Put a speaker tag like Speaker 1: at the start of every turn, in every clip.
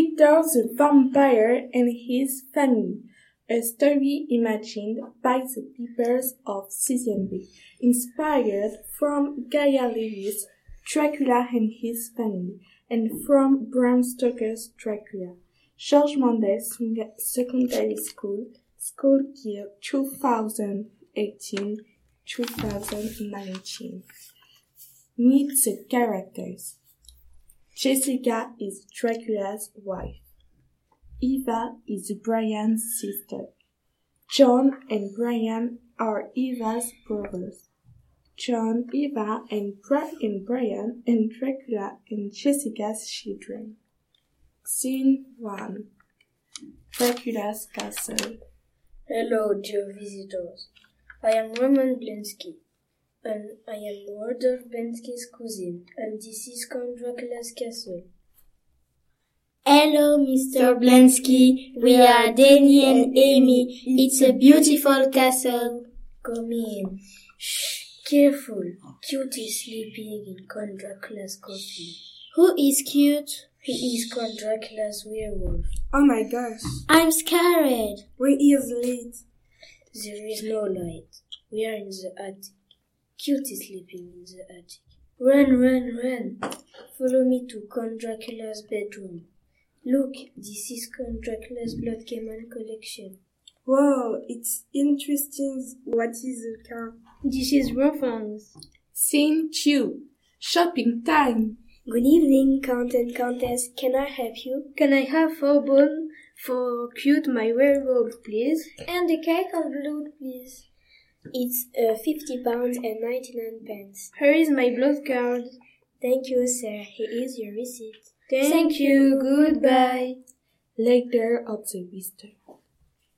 Speaker 1: Victor the Vampire and His Family, a story imagined by the peoples of Sicily, inspired from Guy Lewis's Dracula and His Family, and from Bram Stoker's Dracula. George Mendes Secondary School, school year 2018 2019. Meet the characters. Jessica is Dracula's wife. Eva is Brian's sister. John and Brian are Eva's brothers. John, Eva, and, Bra- and Brian and Dracula and Jessica's children. Scene 1 Dracula's castle.
Speaker 2: Hello, dear visitors. I am Roman Blinsky, and I am Waldorf Blinsky's cousin, and this is Count Dracula's castle.
Speaker 3: Hello, Mr. Blensky. We are Danny and Amy. It's a beautiful castle.
Speaker 2: Come in. Shh, careful. Cute is sleeping in Count Dracula's coffin.
Speaker 3: Who is cute?
Speaker 2: He is Count Dracula's werewolf.
Speaker 1: Oh my gosh,
Speaker 3: I'm scared.
Speaker 1: where is late?
Speaker 2: There is no light. We are in the attic. Cute is sleeping in the attic. Run, run, run. Follow me to Count Dracula's bedroom. Look, this is Count Dracula's Blood Cayman collection.
Speaker 1: Wow, it's interesting what is the car.
Speaker 3: This is Ruffles.
Speaker 1: Scene 2 Shopping time.
Speaker 3: Good evening, Count and Countess. Can I help you?
Speaker 2: Can I have four bone for cute my werewolf, please?
Speaker 3: And a cake of blood, please. It's uh, 50 pounds and 99 pence.
Speaker 2: Here is my blood card.
Speaker 3: Thank you, sir. Here is your receipt.
Speaker 2: Thank,
Speaker 3: Thank
Speaker 2: you. Goodbye.
Speaker 1: Later of the wisdom.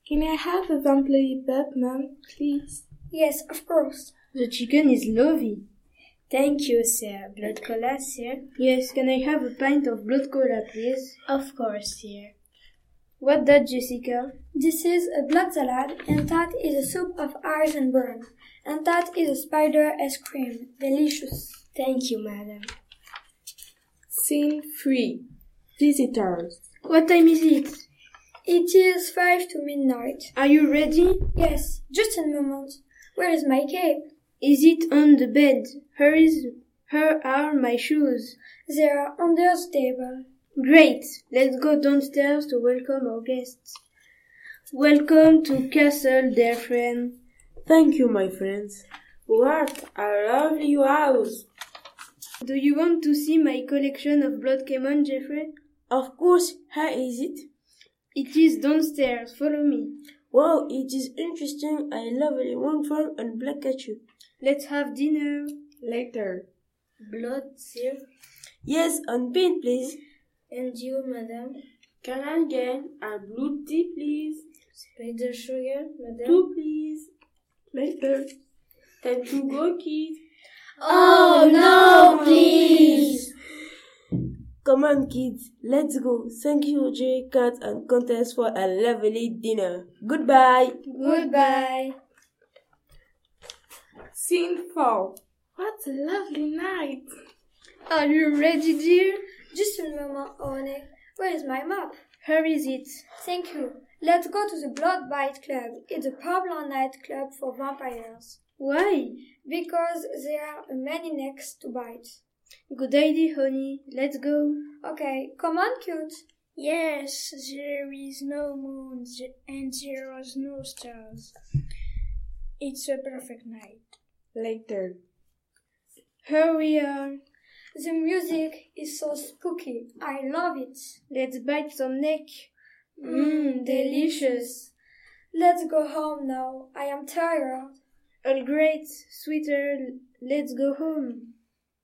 Speaker 1: Can I have a vampire bed, ma'am, please?
Speaker 3: Yes, of course.
Speaker 2: The chicken is lovely.
Speaker 3: Thank you, sir. Blood cola, sir?
Speaker 2: Yes, can I have a pint of blood cola, please?
Speaker 3: Of course, sir.
Speaker 2: What that, Jessica?
Speaker 3: This is a blood salad, and that is a soup of ice and burn, and that is a spider ice cream. Delicious. Thank you, madam.
Speaker 1: Scene 3 Visitors.
Speaker 2: What time is it?
Speaker 3: It is five to midnight.
Speaker 2: Are you ready?
Speaker 3: Yes, just a moment. Where is my cape?
Speaker 2: Is it on the bed? Here is, here are my shoes.
Speaker 3: They are under the table.
Speaker 2: Great. Let's go downstairs to welcome our guests. Welcome to castle, dear friend.
Speaker 4: Thank you, my friends. What a lovely house!
Speaker 2: Do you want to see my collection of blood caiman, Jeffrey?
Speaker 4: Of course, how is it?
Speaker 2: It is downstairs. Follow me.
Speaker 4: Wow, it is interesting. I love a long farm and black cashew.
Speaker 2: Let's have dinner.
Speaker 1: Later.
Speaker 2: Blood, sir.
Speaker 4: Yes, and paint, please.
Speaker 2: And you, madame?
Speaker 4: Can I get a blue tea, please?
Speaker 2: Spider sugar, madame?
Speaker 4: Two, please.
Speaker 1: Later.
Speaker 4: Time to go, kids.
Speaker 3: Oh no, please!
Speaker 4: Come on, kids. Let's go. Thank you, J. Cat and Contest for a lovely dinner. Goodbye.
Speaker 2: Goodbye.
Speaker 1: Scene 4 What a lovely night.
Speaker 2: Are you ready, dear?
Speaker 3: Just a moment, One. Where is my map?
Speaker 2: Here is it.
Speaker 3: Thank you. Let's go to the Blood Bite Club. It's a popular nightclub for vampires.
Speaker 2: Why?
Speaker 3: Because there are many necks to bite.
Speaker 2: Good idea, honey. Let's go.
Speaker 3: Okay, come on, cute.
Speaker 5: Yes, there is no moon th- and there are no stars. It's a perfect night.
Speaker 1: Later.
Speaker 2: Here we are.
Speaker 3: The music is so spooky. I love it.
Speaker 2: Let's bite some neck.
Speaker 3: Mmm,
Speaker 2: delicious.
Speaker 3: Let's go home now. I am tired.
Speaker 2: All great, sweeter. Let's go home.